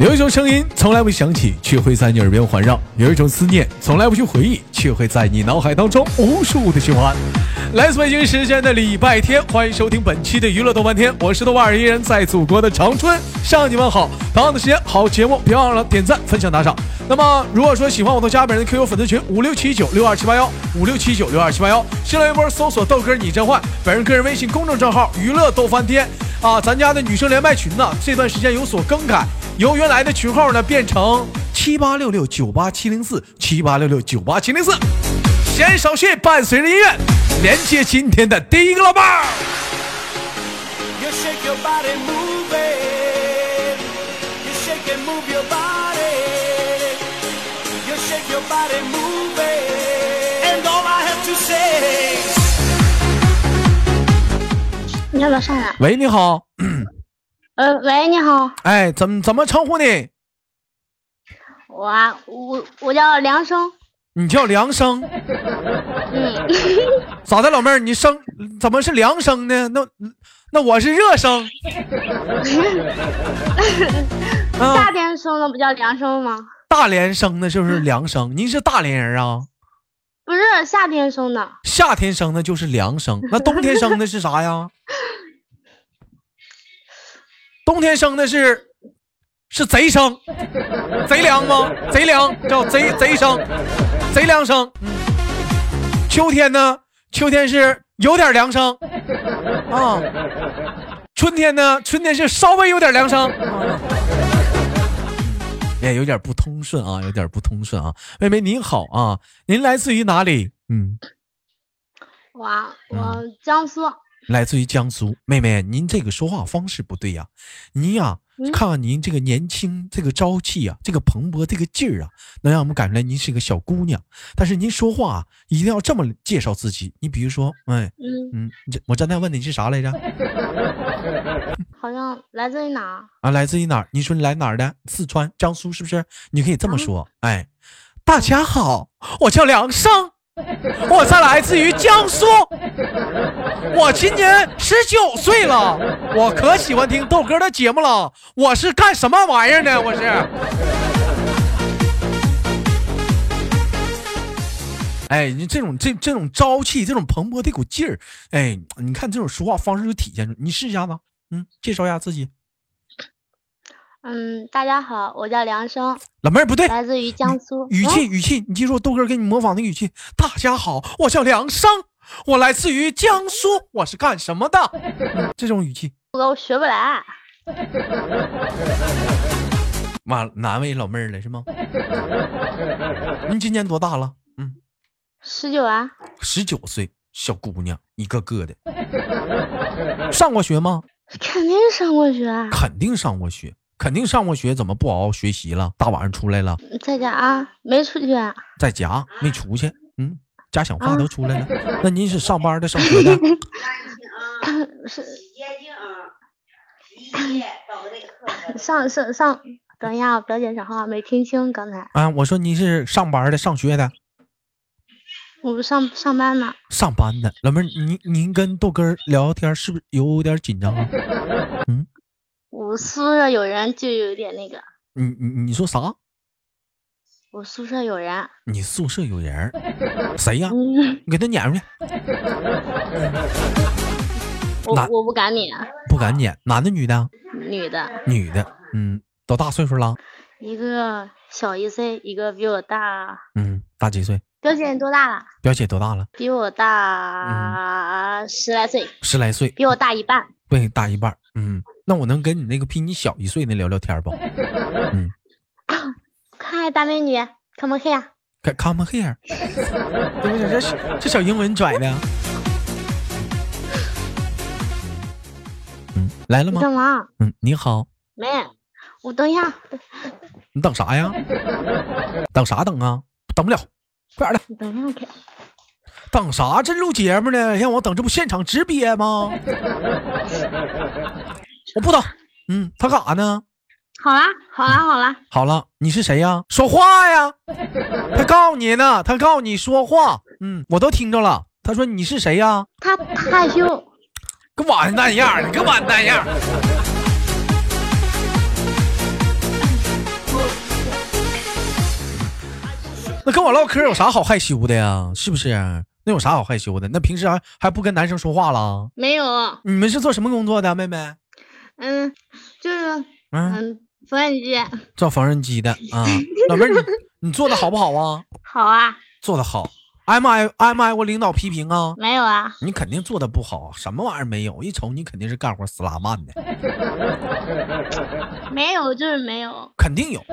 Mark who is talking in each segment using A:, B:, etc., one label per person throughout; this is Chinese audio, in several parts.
A: 有一种声音从来不响起，却会在你耳边环绕；有一种思念从来不去回忆，却会在你脑海当中无数的循环。来自北京时间的礼拜天，欢迎收听本期的娱乐豆瓣天，我是豆瓣儿，依然在祖国的长春向你们好。同样的时间，好节目，别忘了点赞、分享、打赏。那么，如果说喜欢我的家本人的 QQ 粉丝群五六七九六二七八幺五六七九六二七八幺，新浪微博搜索豆哥你真坏，本人个人微信公众账号娱乐豆翻天啊，咱家的女生连麦群呢，这段时间有所更改，由原来的群号呢变成七八六六九八七零四七八六六九八七零四。闲少叙，伴随着音乐，连接今天的第一个老伴儿。
B: You shake your body, move it. You shake and move your body. You shake your body, move it. And all I have to say is.
C: 你要不要上来？
A: 喂，你好，
C: 呃，喂，你好，
A: 哎，怎么怎么称呼你？
C: 我啊，我我叫梁生，
A: 你叫梁生，
C: 嗯，
A: 咋的，老妹儿？你生怎么是梁生呢？那那我是热生啊
C: 夏，天生的不叫梁生吗？
A: 大连生的，是不是梁生？您是大连人啊？
C: 不是夏天生的，
A: 夏天生的就是凉生，那冬天生的是啥呀？冬天生的是是贼生，贼凉吗？贼凉叫贼贼生，贼凉生。嗯秋天呢？秋天是有点凉生啊。春天呢？春天是稍微有点凉生。啊也有点不通顺啊，有点不通顺啊。妹妹您好啊，您来自于哪里？嗯。
C: 我啊，我江苏，嗯
A: 来自于江苏。妹妹，您这个说话方式不对呀、您呀、
C: 嗯
A: 看看您这个年轻、这个朝气啊，这个蓬勃、这个劲儿啊，能让我们感觉您是个小姑娘。但是您说话、啊、一定要这么介绍自己。你比如说，哎，
C: 嗯，
A: 嗯，你这我刚才问你是啥来着？
C: 好像来自于哪儿？
A: 啊，来自于哪儿？你说你来哪儿的？四川、江苏是不是？你可以这么说，哎，大家好，我叫梁胜，我是来自于江苏，我今年十九岁了，我可喜欢听豆哥的节目了。我是干什么玩意儿呢？我是。哎，你这种这这种朝气，这种蓬勃，这股劲儿，哎，你看这种说话方式就体现出。你试一下子，嗯，介绍一下自己。
C: 嗯，大家好，我叫梁生，
A: 老妹儿不对，
C: 来自于江苏。
A: 哎语
C: 嗯
A: 气语气，你记住豆哥给你模仿的语气。大家好，我叫梁生，我来自于江苏，我是干什么的？ 嗯这种语气，
C: 我都学不来，
A: 妈难为老妹儿了是吗？ 你今年多大了？嗯，
C: 十九啊，
A: 十九岁，小姑娘，一个个的。上过学吗？
C: 肯定上过学啊，
A: 肯定上过学，肯定上过学，怎么不好好学习了？大晚上出来了，
C: 在家啊，没出去啊，
A: 在家没出去，嗯，家乡话
C: 啊
A: 都出来了。那您是上班的，上学的？
C: 是
D: 洗洁精啊，洗衣液，找的那个 特别
C: 上上上，等一下，啊表姐讲话没听清刚才，
A: 啊，我说您是上班的，上学的？
C: 我不上上班呢，
A: 上班的老妹儿，您您跟豆哥儿聊天是不是有点紧张啊？
C: 我宿舍有人就有点那个。
A: 你你你说啥？
C: 我宿舍有人，
A: 你宿舍有人儿？谁呀、
C: 嗯，
A: 你给他撵出去，
C: 我
A: 那
C: 我不敢撵，
A: 不敢撵。男的女的？
C: 女的，
A: 女的。嗯，多大岁数了？
C: 一个小一岁，一个比我大，
A: 嗯，大几岁？
C: 表姐你多大了？
A: 表姐多大了？
C: 比我
A: 嗯
C: 大十来岁，
A: 十来岁，
C: 比我大一半。
A: 对，大一半儿。嗯，那我能跟你那个比你小一岁的聊聊天儿不？嗯
C: 嗨，大美女，可不可以啊？
A: 看 come here，对不是这小这小英文拽的。啊嗯，来了
C: 你
A: 吗？
C: 干嘛？
A: 嗯，你好。
C: 没，我等一下，
A: 你等啥呀？等啥等啊？等不了，快点的！
C: 你等一下可以。
A: 等啥？这录节目呢？让我等，这不现场直播吗？我不等。嗯，他干啥呢？
C: 好啦，好啦，好啦，
A: 好了，你是谁呀？说话呀！他告诉你呢，他告诉你说话。嗯，我都听着了。他说你是谁呀？
C: 她她害羞，
A: 跟完蛋样儿，你跟完蛋样儿。那跟我唠嗑有啥好害羞的呀？是不是？那有啥好害羞的？那平时还还不跟男生说话啦？
C: 没有，
A: 你们是做什么工作的，妹啊妹？
C: 嗯，就是
A: 嗯，
C: 嗯，缝纫机
A: 造缝纫机的啊。老妹儿，你你做的好不好啊？
C: 好啊，
A: 做的好，挨没挨挨没挨过领导批评啊？
C: 没有啊，
A: 你肯定做的不好，什么玩意儿没有？一瞅你肯定是干活死拉慢的，
C: 没有就是没有，
A: 肯定有。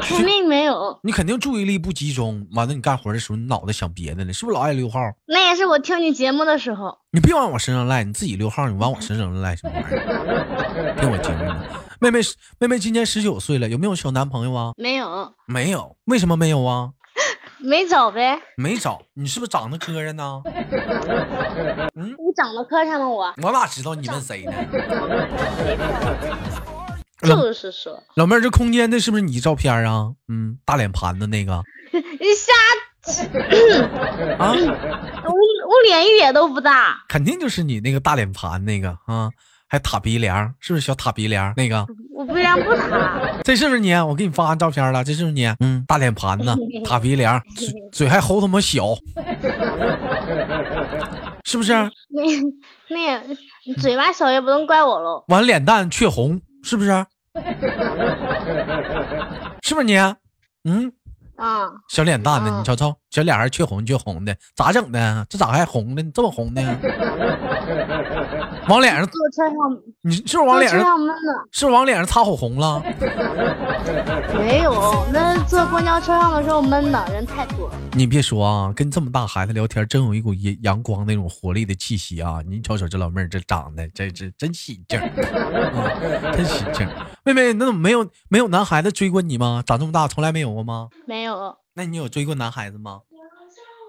C: 肯定没有。
A: 你肯定注意力不集中，完了你干活的时候你脑袋想别的了，是不是老爱溜号？
C: 那也是我听你节目的时候，
A: 你别往我身上赖，你自己溜号，你往我身上赖什么玩意儿？别我节目了。妹妹，妹妹今年十九岁了，有没有小男朋友啊？
C: 没有，
A: 没有，为什么没有啊？
C: 没找呗。
A: 没找，你是不是长得磕碜呢？
C: 你长得磕碜吗？我
A: 我哪知道你问谁呢？嗯
C: 就是说，
A: 老妹儿，这空间那是不是你照片啊？嗯，大脸盘子那个
C: 你瞎，
A: 啊，
C: 我我脸一点都不大，
A: 肯定就是你那个大脸盘那个啊，还塌鼻梁，是不是小塌鼻梁那个？
C: 我鼻梁不塌，
A: 这是不是你？啊我给你发照片了，这是不是你？嗯，大脸盘 子，塌鼻梁，嘴嘴还齁他妈小， 是不是？ 啊
C: 那那也你嘴巴小也不能怪我喽。
A: 完脸蛋却红，是不是？是不是你？嗯，
C: 啊、
A: 小脸蛋子，
C: 啊
A: 你瞅瞅，小脸还却红却红的，咋整的？这咋还红呢？你这么红 呢？往脸上，
C: 给我穿上，
A: 你是不是
C: 给
A: 往
C: 我
A: 脸
C: 穿
A: 上，
C: 上闷了。
A: 是不是往脸上擦火红了？
C: 没有，那是坐公交车上的时候闷的，人太多了。
A: 你别说啊，跟这么大孩子聊天，真有一股阳阳光那种活力的气息啊！你瞅瞅这老妹儿，这长得这这真喜庆，啊， 真喜庆。妹妹，那怎么没有没有男孩子追过你吗？长这么大从来没有过吗？
C: 没有，
A: 那你有追过男孩子吗？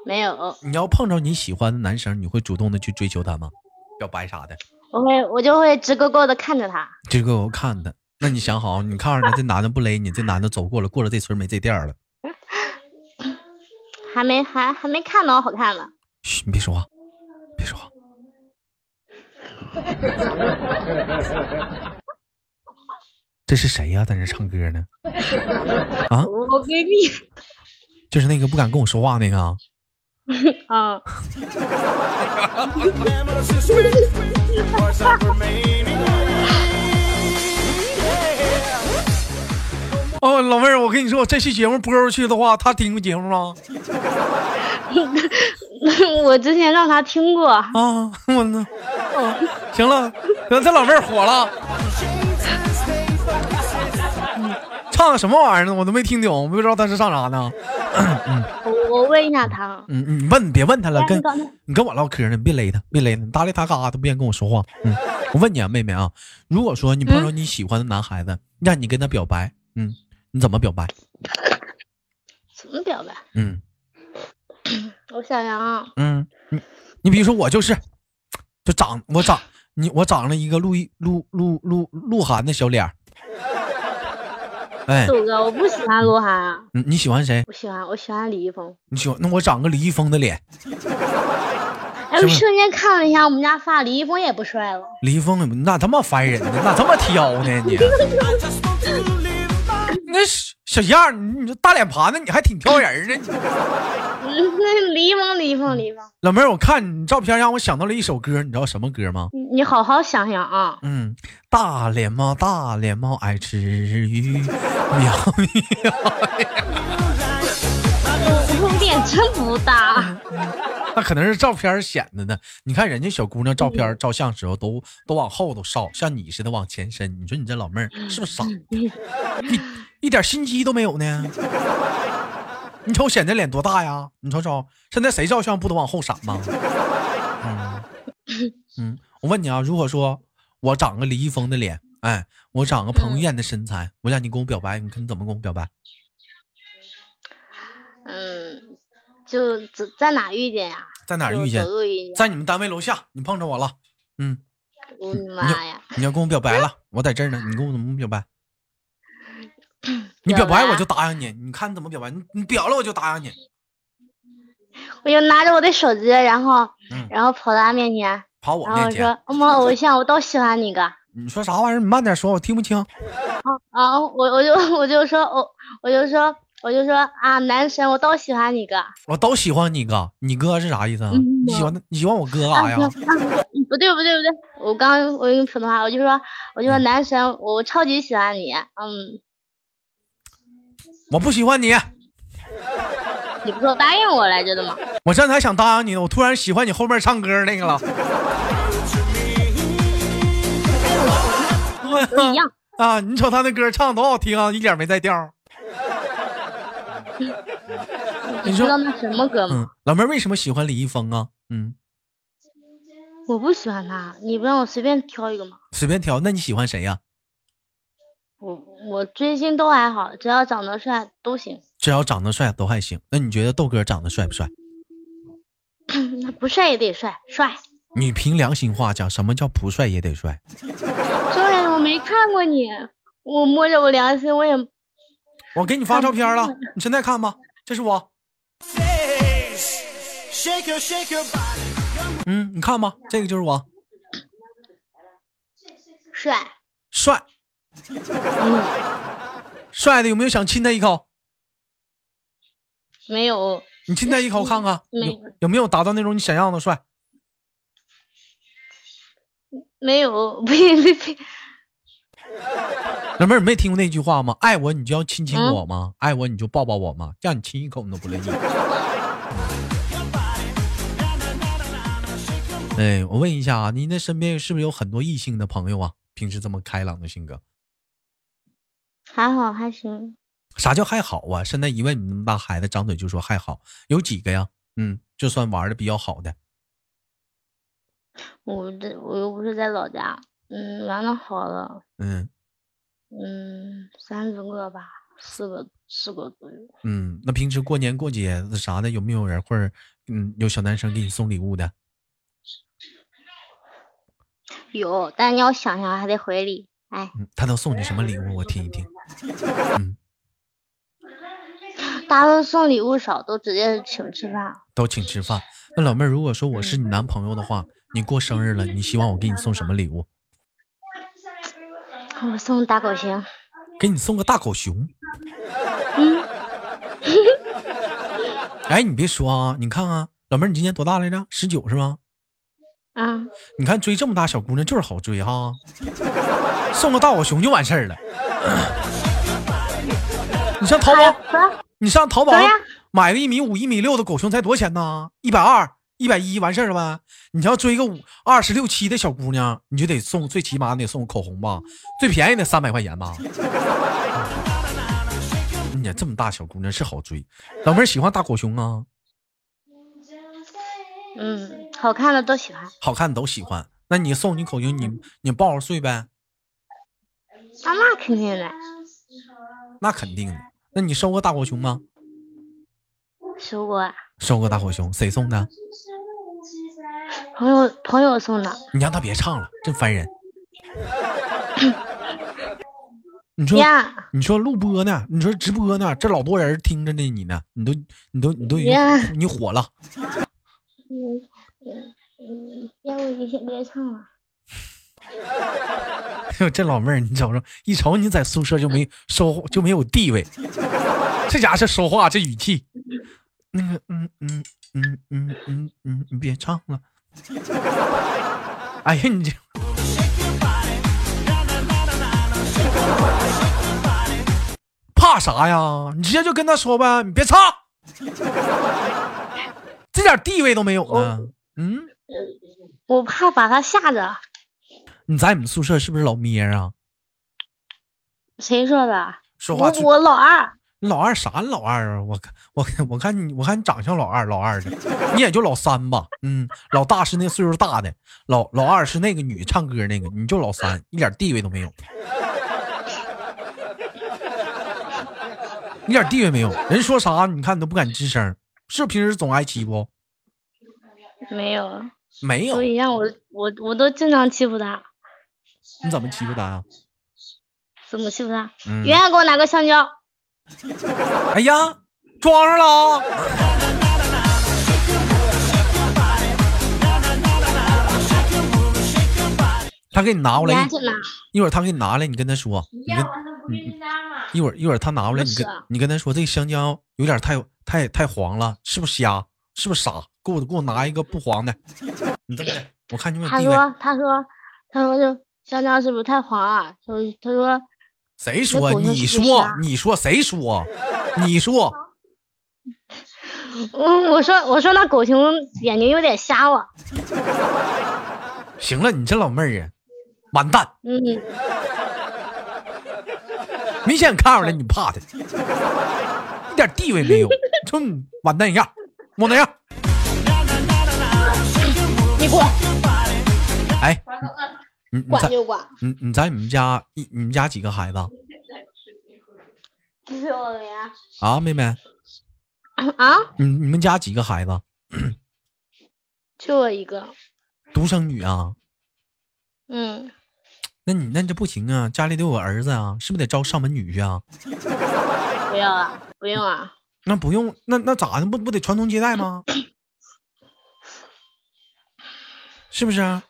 C: 没有，
A: 你要碰着你喜欢的男生，你会主动的去追求他吗？表白啥的？
C: 我会我就会直勾勾的看着他。
A: 这个我看的。那你想好，你看着他，这男的不勒你，这男的走过了，过了这村没这店儿了。
C: 还没还还没看到好看的，
A: 嘘，你别说话，别说话。 这是谁呀、在那唱歌呢？
C: 我给你，
A: 就是那个不敢跟我说话那个啊。
C: 嗯，
B: Pamela suspended, voice of remaining. Yeah.
A: 哦，老妹儿，我跟你说，我这期节目播出去的话，他听过节目吗？
C: 我之前让他听过，
A: 啊，我呢？啊，行了，行，这老妹儿火了。唱的什么玩意儿呢？我都没听懂，我不知道他是唱啥呢。
C: 我我问一下他，
A: 嗯，你问别问他了，
C: 但
A: 跟
C: 是刚才
A: 你跟我唠嗑呢，别勒他，别勒他，你搭理他干啥？他不愿意跟我说话。嗯，我问你啊，妹妹啊，如果说你碰
C: 嗯
A: 到你喜欢的男孩子，让你跟他表白，嗯，你怎么表白？
C: 怎么表白？
A: 嗯
C: 我想想啊，
A: 嗯，你你比如说我就是，就长我长你我长了一个鹿一鹿鹿鹿鹿晗的小脸儿，哎，嗯
C: 豆哥，我不喜欢鹿晗啊，
A: 你你喜欢谁？
C: 我喜欢我喜欢李易峰。
A: 你喜欢那我长个李易峰的脸，
C: 哎，我瞬间看了一下我们家发，李易峰也不帅了。
A: 李易峰那他妈烦人呢，那他妈挑呢你。啊
B: I just want to live my
A: 那是小样儿，你你这大脸盘子，你还挺挑人儿呢。你
C: 嗯，那李易峰，李易峰，李易峰，
A: 老妹儿，我看你照片让我想到了一首歌，你知道什么歌吗？
C: 你你好好想想啊。
A: 嗯，大脸猫，大脸猫爱吃鱼， 喵喵。
C: 我脸真不大，
A: 那可能是照片显得呢。你看人家小姑娘照片照相时候都都往后头稍，像你似的往前伸。你说你这老妹儿是不是傻？一一点心机都没有呢？ 你瞅显这脸多大呀？你瞅瞅，现在谁照相不都往后闪吗？嗯嗯，我问你啊，如果说我长个李易峰的脸，哎，我长个彭于晏的身材，我让你跟我表白，你看你怎么跟我表白？
C: 嗯，就在在哪遇见呀、
A: 在哪儿
C: 就
A: 遇见
C: 走？路遇见。
A: 在你们单位楼下，你碰着我了。嗯，
C: 我的妈呀！
A: 你要跟我表白了，我在这儿呢，你跟我怎么表白？你表白我就答应你，你看你怎么表白？你你表了我就答应你，
C: 我就拿着我的手机，然后
A: 嗯
C: 然后跑到他面前，
A: 跑我
C: 然后
A: 面
C: 我
A: 前，
C: 说我们偶像，我都喜欢你个。
A: 你说啥玩意儿？你慢点说，我听不清。
C: 啊，我我就我就说我我就说我就说啊，男神，我都喜欢你哥。
A: 我都喜欢你哥，你哥是啥意思啊？
C: 嗯
A: 你喜欢你喜欢我哥干啥呀？
C: 啊 不对不对不对，我刚我用普通话，我就说我
A: 嗯
C: 就说男神，我超级喜欢你，嗯，
A: 我不喜欢你，
C: 你不是说答应我来着的吗？
A: 我刚才想答应你呢，我突然喜欢你后面唱歌那个 了。
C: 一样，
A: 啊，你瞅他那歌唱多好听啊，一点没在调。你
C: 你
A: 嗯说
C: 知道那什么歌吗？
A: 嗯，老妹儿为什么喜欢李易峰啊？嗯，
C: 我不喜欢他，你不让我随便挑一个吗？
A: 随便挑。那你喜欢谁呀、
C: 我我追星都还好，只要长得帅都行，
A: 只要长得帅都还行。那你觉得豆哥长得帅不帅？
C: 那不帅也得帅，帅。
A: 你凭良心话讲，什么叫不帅也得帅？
C: 周然，我没看过你，我摸着我良心，我也
A: 我给你发照片了，
C: 嗯
A: 你现在看吧，这是我。
B: Face, shake your, shake your body.
A: 嗯，你看吧，这个就是我，
C: 帅。
A: 帅，
C: 嗯，
A: 帅的有没有想亲他一口？
C: 没有，
A: 你亲他一口看看，
C: 没
A: 有有没有达到那种你想要的帅？
C: 没有，呸呸呸！
A: 老妹儿，你没听过那句话吗？爱我你就要亲亲我吗？爱我你就抱抱我吗？让你亲一口你都不乐意。 哎，我问一下啊，你那身边是不是有很多异性的朋友啊？平时这么开朗的性格，
C: 还好还行，
A: 啥叫还好啊？现在一问你那么大孩子，张嘴就说还好，有几个呀？嗯，就算玩的比较好的，
C: 我这我又不是在老家，嗯，玩的好了，
A: 嗯
C: 嗯，三十个吧，四个四个左右，
A: 嗯，那平时过年过节啥的，有没有人或者嗯有小男生给你送礼物的？
C: 有，但你要想想还得回礼，哎，
A: 嗯，他都送你什么礼物？我听一听。嗯，
C: 大家都送礼物少，都直接请吃饭，
A: 都请吃饭。那老妹儿，如果说我是你男朋友的话，你过生日了，你希望我给你送什么礼物？
C: 我送大狗熊，
A: 给你送个大狗熊。
C: 嗯，
A: 哎，你别说啊，你看啊，老妹儿，你今年多大来着？十九是吗？
C: 啊，
A: 你看追这么大小姑娘就是好追哈，送个大狗熊就完事儿了。 你上淘宝，
C: 走，
A: 你上淘宝
C: 对呀
A: 买个一米五、一米六的狗熊才多少钱呢？一百二、一百一完事儿了呗。你要追个五二十六七的小姑娘，你就得送最起码得送口红吧，最便宜的三百块钱吧。你呀，这么大小姑娘是好追，老妹儿喜欢大狗熊啊，
C: 嗯，好看的都喜欢，
A: 好看的都喜欢。那你送你口熊，你你抱着睡呗，
C: 那那肯定的，
A: 那肯定的。那你收个大狗熊吗？
C: 收过啊，
A: 收个大狗熊，谁送的？
C: 朋友朋友送的，
A: 你让他别唱了，真烦 人。你说
C: 呀，
A: 你说录播呢？你说直播呢？这老多人听着呢，你呢？你都你都你都已经
C: Yeah
A: 你火了，
C: 嗯嗯嗯，要不你先别唱了。
A: 哎这老妹儿，你瞅瞅，一瞅你在宿舍就没收就没有地位， 这家伙这说话这语气，那个嗯嗯嗯嗯嗯嗯，你别唱了。 哎呀，你这怕啥呀？你直接就跟他说呗，你别唱， 这点地位都没有呢。嗯，
C: 我怕把他吓着。
A: 你在你们宿舍是不是老咩儿啊？
C: 谁说的？
A: 说话
C: 我
A: 最
C: 我老二，
A: 你老二啥老二啊？我看我看我看你我看你长相老二老二的，你也就老三吧。嗯，老大是那岁数大的，老老二是那个女唱歌那个，你就老三，一点地位都没有，一点地位没有。人说啥你看你都不敢吱声，是平时总挨欺负？
C: 没有，
A: 没有
C: 所，以让我
A: 嗯
C: 我我都经常欺负他。
A: 你怎么欺负他啊？
C: 怎么欺负他？
A: 嗯
C: 圆，圆给我拿个香蕉，
A: 哎呀，装上了啊。他给你拿过来
C: 圆
A: 一
C: 去拿。
A: 一会儿他给你拿来，你跟他说，你跟嗯
D: 不是香蕉吗？
A: 一会儿一会儿他拿过来，
C: 不
A: 你
C: 是
A: 跟
C: 啊
A: 你跟他说这个香蕉有点太太太黄了，是不是瞎？是不是傻？给我给我拿一个不黄的，你这么的，我看你们
C: 他
A: 地位。
C: 说他说他说就香蕉是不是太黄啊？他说他说
A: 谁说？
C: 狗就
A: 你
C: 是不
A: 说
C: 瞎
A: 你说谁说？你说
C: 嗯我我说我说那狗熊眼睛有点瞎了，
A: 行了，你这老妹儿啊，完蛋！
C: 嗯，
A: 明显看出来你怕他，一点地位没 有，就你完蛋一样，我那样。
C: 你滚，
A: 哎，
D: 管个饿死
A: 你你
C: 管
A: 在
C: 就管，
A: 你你在你们家一你们家几个孩子
C: 不是我的呀，
A: 啊，妹妹？
C: 啊，
A: 你你们家几个孩子？
C: 就我一个，
A: 独生女啊？
C: 嗯，
A: 那你那这不行啊，家里得有个儿子啊，是不是得招上门女婿啊？
C: 不要啊，不用啊，
A: 那不用，那那咋的？不不得传宗接代 吗？是不是啊？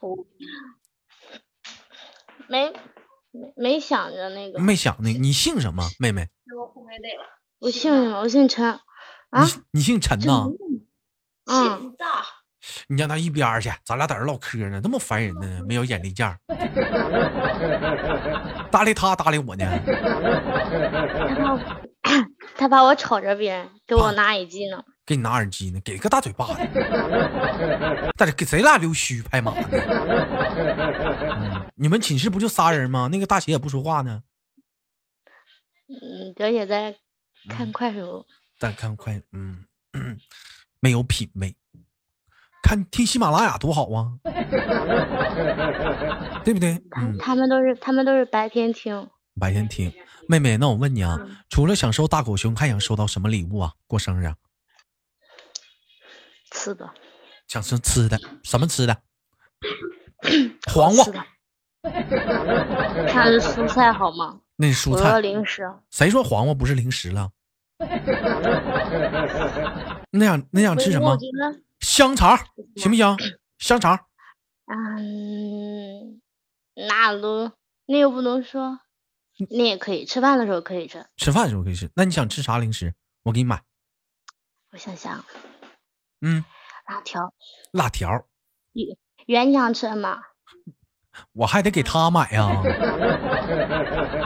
C: 没没没想着那个，
A: 没想呢，你姓什么，妹妹？
D: 这个烘焙累了。
C: 我姓什么？我姓陈，啊，
A: 你你姓陈呐？
C: 嗯，
D: 心脏，
A: 你让他一边儿去，咱俩在这唠嗑呢，这么烦人呢，没有眼力见儿，搭理他搭理我呢，
C: 他怕我吵着别人，给我
A: 啊
C: 拿耳机呢，
A: 给你拿耳机呢，给个大嘴巴子，在这给谁俩溜须拍马呢、 嗯你们寝室不就仨人吗？那个大姐也不说话呢，
C: 嗯，表姐在看快手，
A: 但看快，嗯，没有品味。看听喜马拉雅多好啊， 对不对？嗯，
C: 他们都是他们都是白天听，
A: 白天听。妹妹，那我问你啊，除了想收大狗熊，还想收到什么礼物啊？过生日啊？
C: 吃的，
A: 想吃吃的，什么吃的？黄瓜
C: 吃，的，它是蔬菜好吗？
A: 那是 蔬
C: 我要
A: 菜。
C: 零食，啊
A: 谁说黄瓜不是零食了？那想那想
C: 我
A: 吃什
C: 我
A: 么
C: 觉？得，
A: 香肠儿行不行？香肠儿
C: 嗯，那都那又不能说，
A: 嗯
C: 那也可以，吃饭的时候可以吃。
A: 吃饭的时候可以吃。那你想吃啥零食？我给你买。
C: 我想想，
A: 嗯，
C: 辣条，
A: 辣条儿，
C: 原想吃嘛？
A: 我还得给他买呀、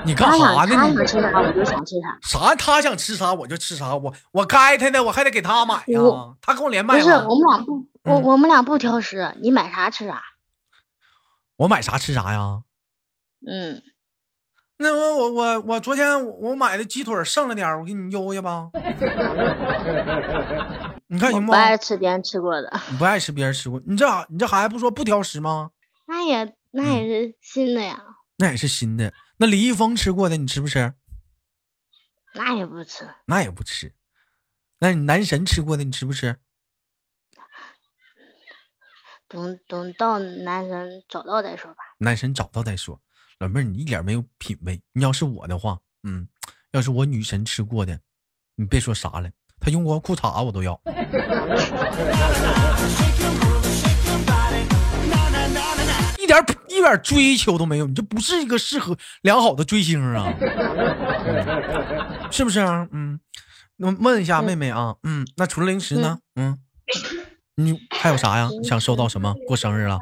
A: 你干
C: 他
A: 啥
C: 想他
A: 呢啊你
C: 想？吃啥，我就想吃 啥。
A: 啥？他想吃啥我就吃啥，我我该他的我还得给他买呀、
C: 我
A: 他跟我连
C: 不
A: 麦
C: 是，
A: 了
C: 我，们俩不，我
A: 嗯
C: 我们俩不挑食，你买啥吃啥。啊
A: 我买啥吃啥呀？
C: 嗯，
A: 那我我我我昨天我我买的鸡腿剩了点儿，我给你邮去 吧。你看
C: 我
A: 行不？
C: 不爱吃别人吃过的，
A: 你不爱吃别人吃过，你这你这孩子不说不挑食吗？
C: 那也那也是新的呀，
A: 那也是新的。那李易峰吃过的你吃不吃？
C: 那也不吃，
A: 那也不吃。那你男神吃过的你吃不吃？
C: 等等到男神找到再说吧。
A: 男神找到再说。老妹儿，你一点没有品味。你要是我的话，嗯，要是我女神吃过的，你别说啥了，她用过裤衩我都要。 一点品一点追求都没有，你这不是一个适合良好的追星啊，嗯是不是啊？ 嗯，那问一下妹妹啊，嗯，那除了零食呢？嗯，你还有啥呀？你想收到什么？过生日了？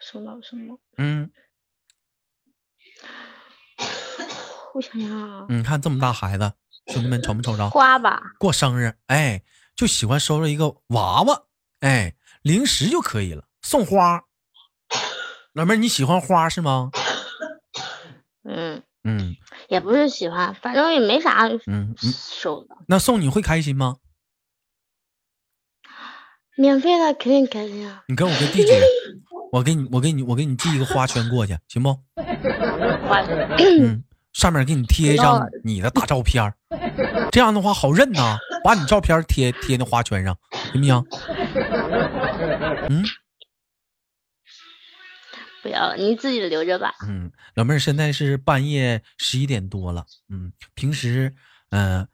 C: 收到什么？
A: 嗯。
C: 我想想啊，
A: 你看这么大孩子，兄弟们瞅没瞅着？
C: 花吧，
A: 过生日，哎，就喜欢收着一个娃娃，哎，零食就可以了，送花。老妹儿，你喜欢花是吗？
C: 嗯，
A: 嗯
C: 也不是喜欢，反正也没啥
A: 嗯，嗯
C: 手的，
A: 那送你会开心吗？
C: 免费的肯定开心啊，
A: 你给我个地址，我给你，我给你，我给你寄一个花圈过去，行不？
C: 花
A: 嗯，上面给你贴一张你的大照片儿，这样的话好认呐、把你照片儿贴贴那花圈上，行不行？
C: 不要，你自己留着吧。
A: 嗯，老妹儿现在是半夜十一点多了，嗯，平时，嗯、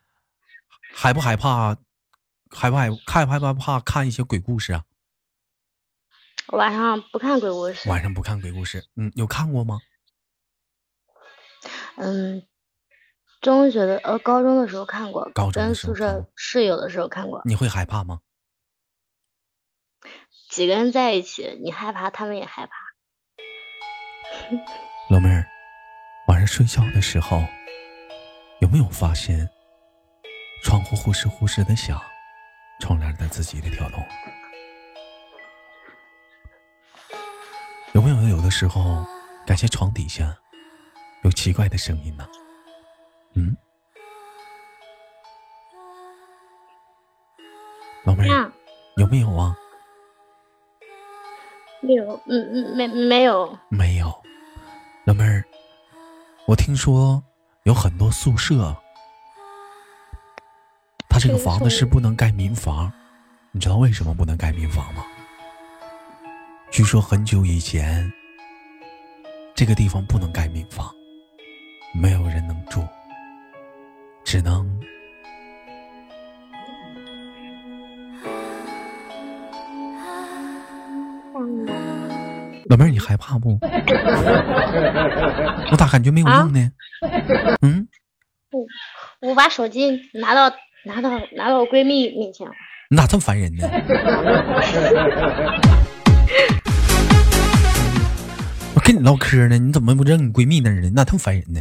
A: 害不害怕？害不害害不害怕怕看一些鬼故事啊？
C: 我晚上不看鬼故事，
A: 晚上不看鬼故事，嗯，有看过吗？
C: 嗯，中学的呃高中的时候看过，
A: 高中的
C: 跟
A: 时候
C: 宿
A: 看
C: 舍
A: 过嗯
C: 室友的时候看过，
A: 你会害怕吗？
C: 几个人在一起，你害怕，他们也害怕。
A: 老妹儿，晚上睡觉的时候，有没有发现窗户忽哧忽哧的响，窗帘在自己的跳动？有没有有的时候感觉床底下有奇怪的声音呢？嗯，老妹儿
C: 那
A: 有没有啊？
C: 没有，嗯嗯，没没有，
A: 没有，老妹儿，我听说有很多宿舍，它这个
C: 这个
A: 房子
C: 宿
A: 是不能盖民房，你知道为什么不能盖民房吗？据说很久以前，这个地方不能盖民房，没有人能住，只能老妹儿，你害怕不？我咋感觉没有用呢？嗯，
C: 我把手机拿到拿到拿到我闺蜜 面前了，
A: 你咋这么烦人呢？我跟你唠嗑呢，你怎么不扔你闺蜜那儿呢？你咋这么烦人呢？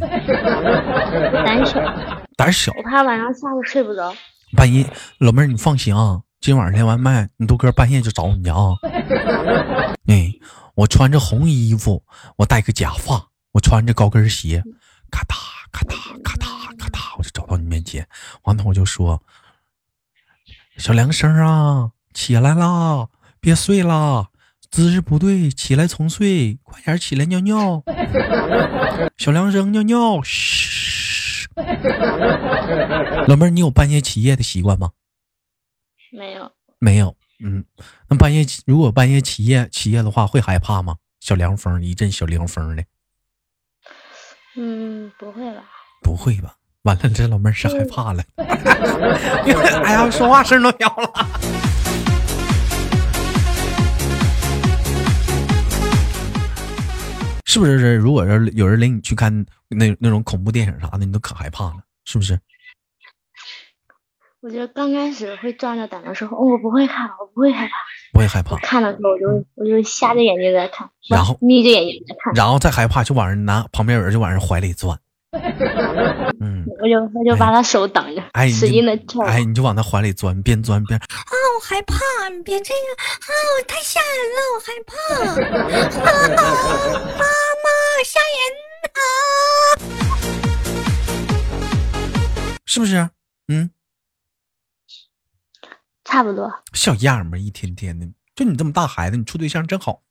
C: 胆小，
A: 胆小，
C: 我怕晚上吓得睡不着。
A: 半夜老妹儿你放心啊，今晚上连完麦，你豆哥半夜就找你去啊。哎，我穿着红衣服，我戴个假发，我穿着高跟鞋，咔嗒咔嗒咔嗒咔嗒，我就走到你面前，完了我就说：“小梁生啊，起来啦，别睡啦，姿势不对，起来重睡，快点起来尿尿。小梁生尿尿，嘘。老妹儿，你有半夜起夜的习惯吗？
C: 没有，
A: 没有，嗯，那半夜起如果半夜起夜起夜的话，会害怕吗？小凉风一阵小凉风的，
C: 嗯，不会吧？
A: 不会吧？完了，这老妹儿是害怕了， 因为哎呀，说话声都小了。是不是？如果要是有人领你去看那那种恐怖电影啥的，你都可害怕了，是不是？
C: 我觉得刚开始会壮着胆子说，哦，我不会看，我不会害怕。
A: 我也害怕，
C: 看的时候我就我就瞎着眼睛在看，不
A: 然后
C: 眯着眼睛在看，
A: 然后再害怕，就往人拿旁边有人就往人怀里钻。嗯，
C: 我就我就把他手挡着，
A: 哎，你
C: 使
A: 就
C: 劲的拽。
A: 哎，你就往他怀里钻，边钻边，
E: 啊，我害怕，你别这样啊，我太吓人了，我害怕，啊，妈妈吓人啊！啊
A: 是不是？嗯，
C: 差不多，
A: 小样儿们，一天天的，就你这么大孩子，你处对象真好。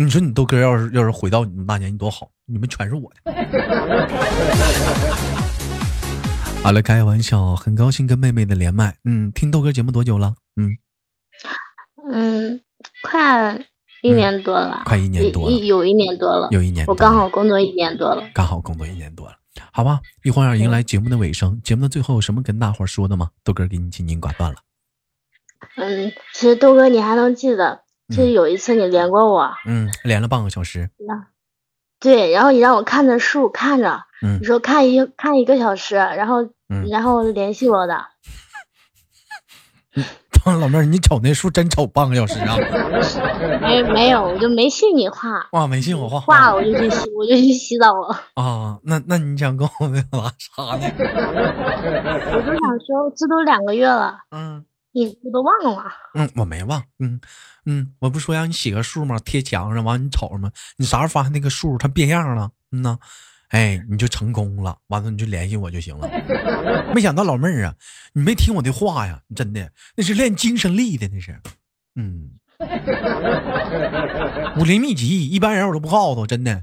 A: 你说你豆哥要是要是回到你们那年，你多好，你们全是我的。 好了，开玩笑，很高兴跟妹妹的连麦。嗯，听豆哥节目多久了？嗯，
C: 嗯，快一
A: 嗯
C: 年多了吧，
A: 快一年多
C: 一
A: 了
C: 一有一年多了，
A: 有一年
C: 我
A: 多
C: 刚
A: 了
C: 好工作一年多了，
A: 刚好工作一年多了，好吧。一会儿要迎来节目的尾声，节目的最后有什么跟大伙儿说的吗？豆哥给你紧紧挂断了。
C: 嗯，其实豆哥你还能记得，就是有一次你连过我，
A: 嗯，连了半个小时。
C: 对，然后你让我看着书看着，
A: 嗯
C: 你说看一看一个小时，然后、
A: 嗯
C: 然后联系我的，
A: 老妹儿，你瞅那树真瞅半个小时啊！
C: 没没有，我就没信你话，
A: 哇，没信我话
C: 话我就去洗，我就去洗澡了。
A: 啊！那那你想跟我那啥啥呢？
C: 我就想说，这都两个月了，
A: 嗯
C: 你我都忘了。
A: 嗯，我没忘。嗯嗯，我不说让你写个数吗？贴墙上，完你瞅着吗？你啥时候发现那个数它变样了？嗯呐，哎，你就成功了。完了你就联系我就行了。 没想到老妹儿啊，你没听我的话呀，真的，那是练精神力的，那是。嗯，武林秘籍，一般人我都不告诉，真的。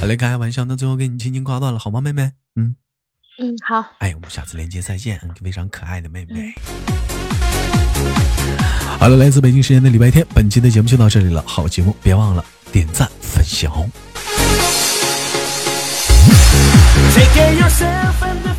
A: 好嘞，开玩笑，那最后给你轻轻挂断了，好吗，妹妹？嗯，
C: 嗯，好，
A: 哎，我们下次连接再见，非常可爱的妹妹。好了，来自北京时间的礼拜天，本期的节目就到这里了。好节目，别忘了点赞分享哦。
B: Take care of yourself and do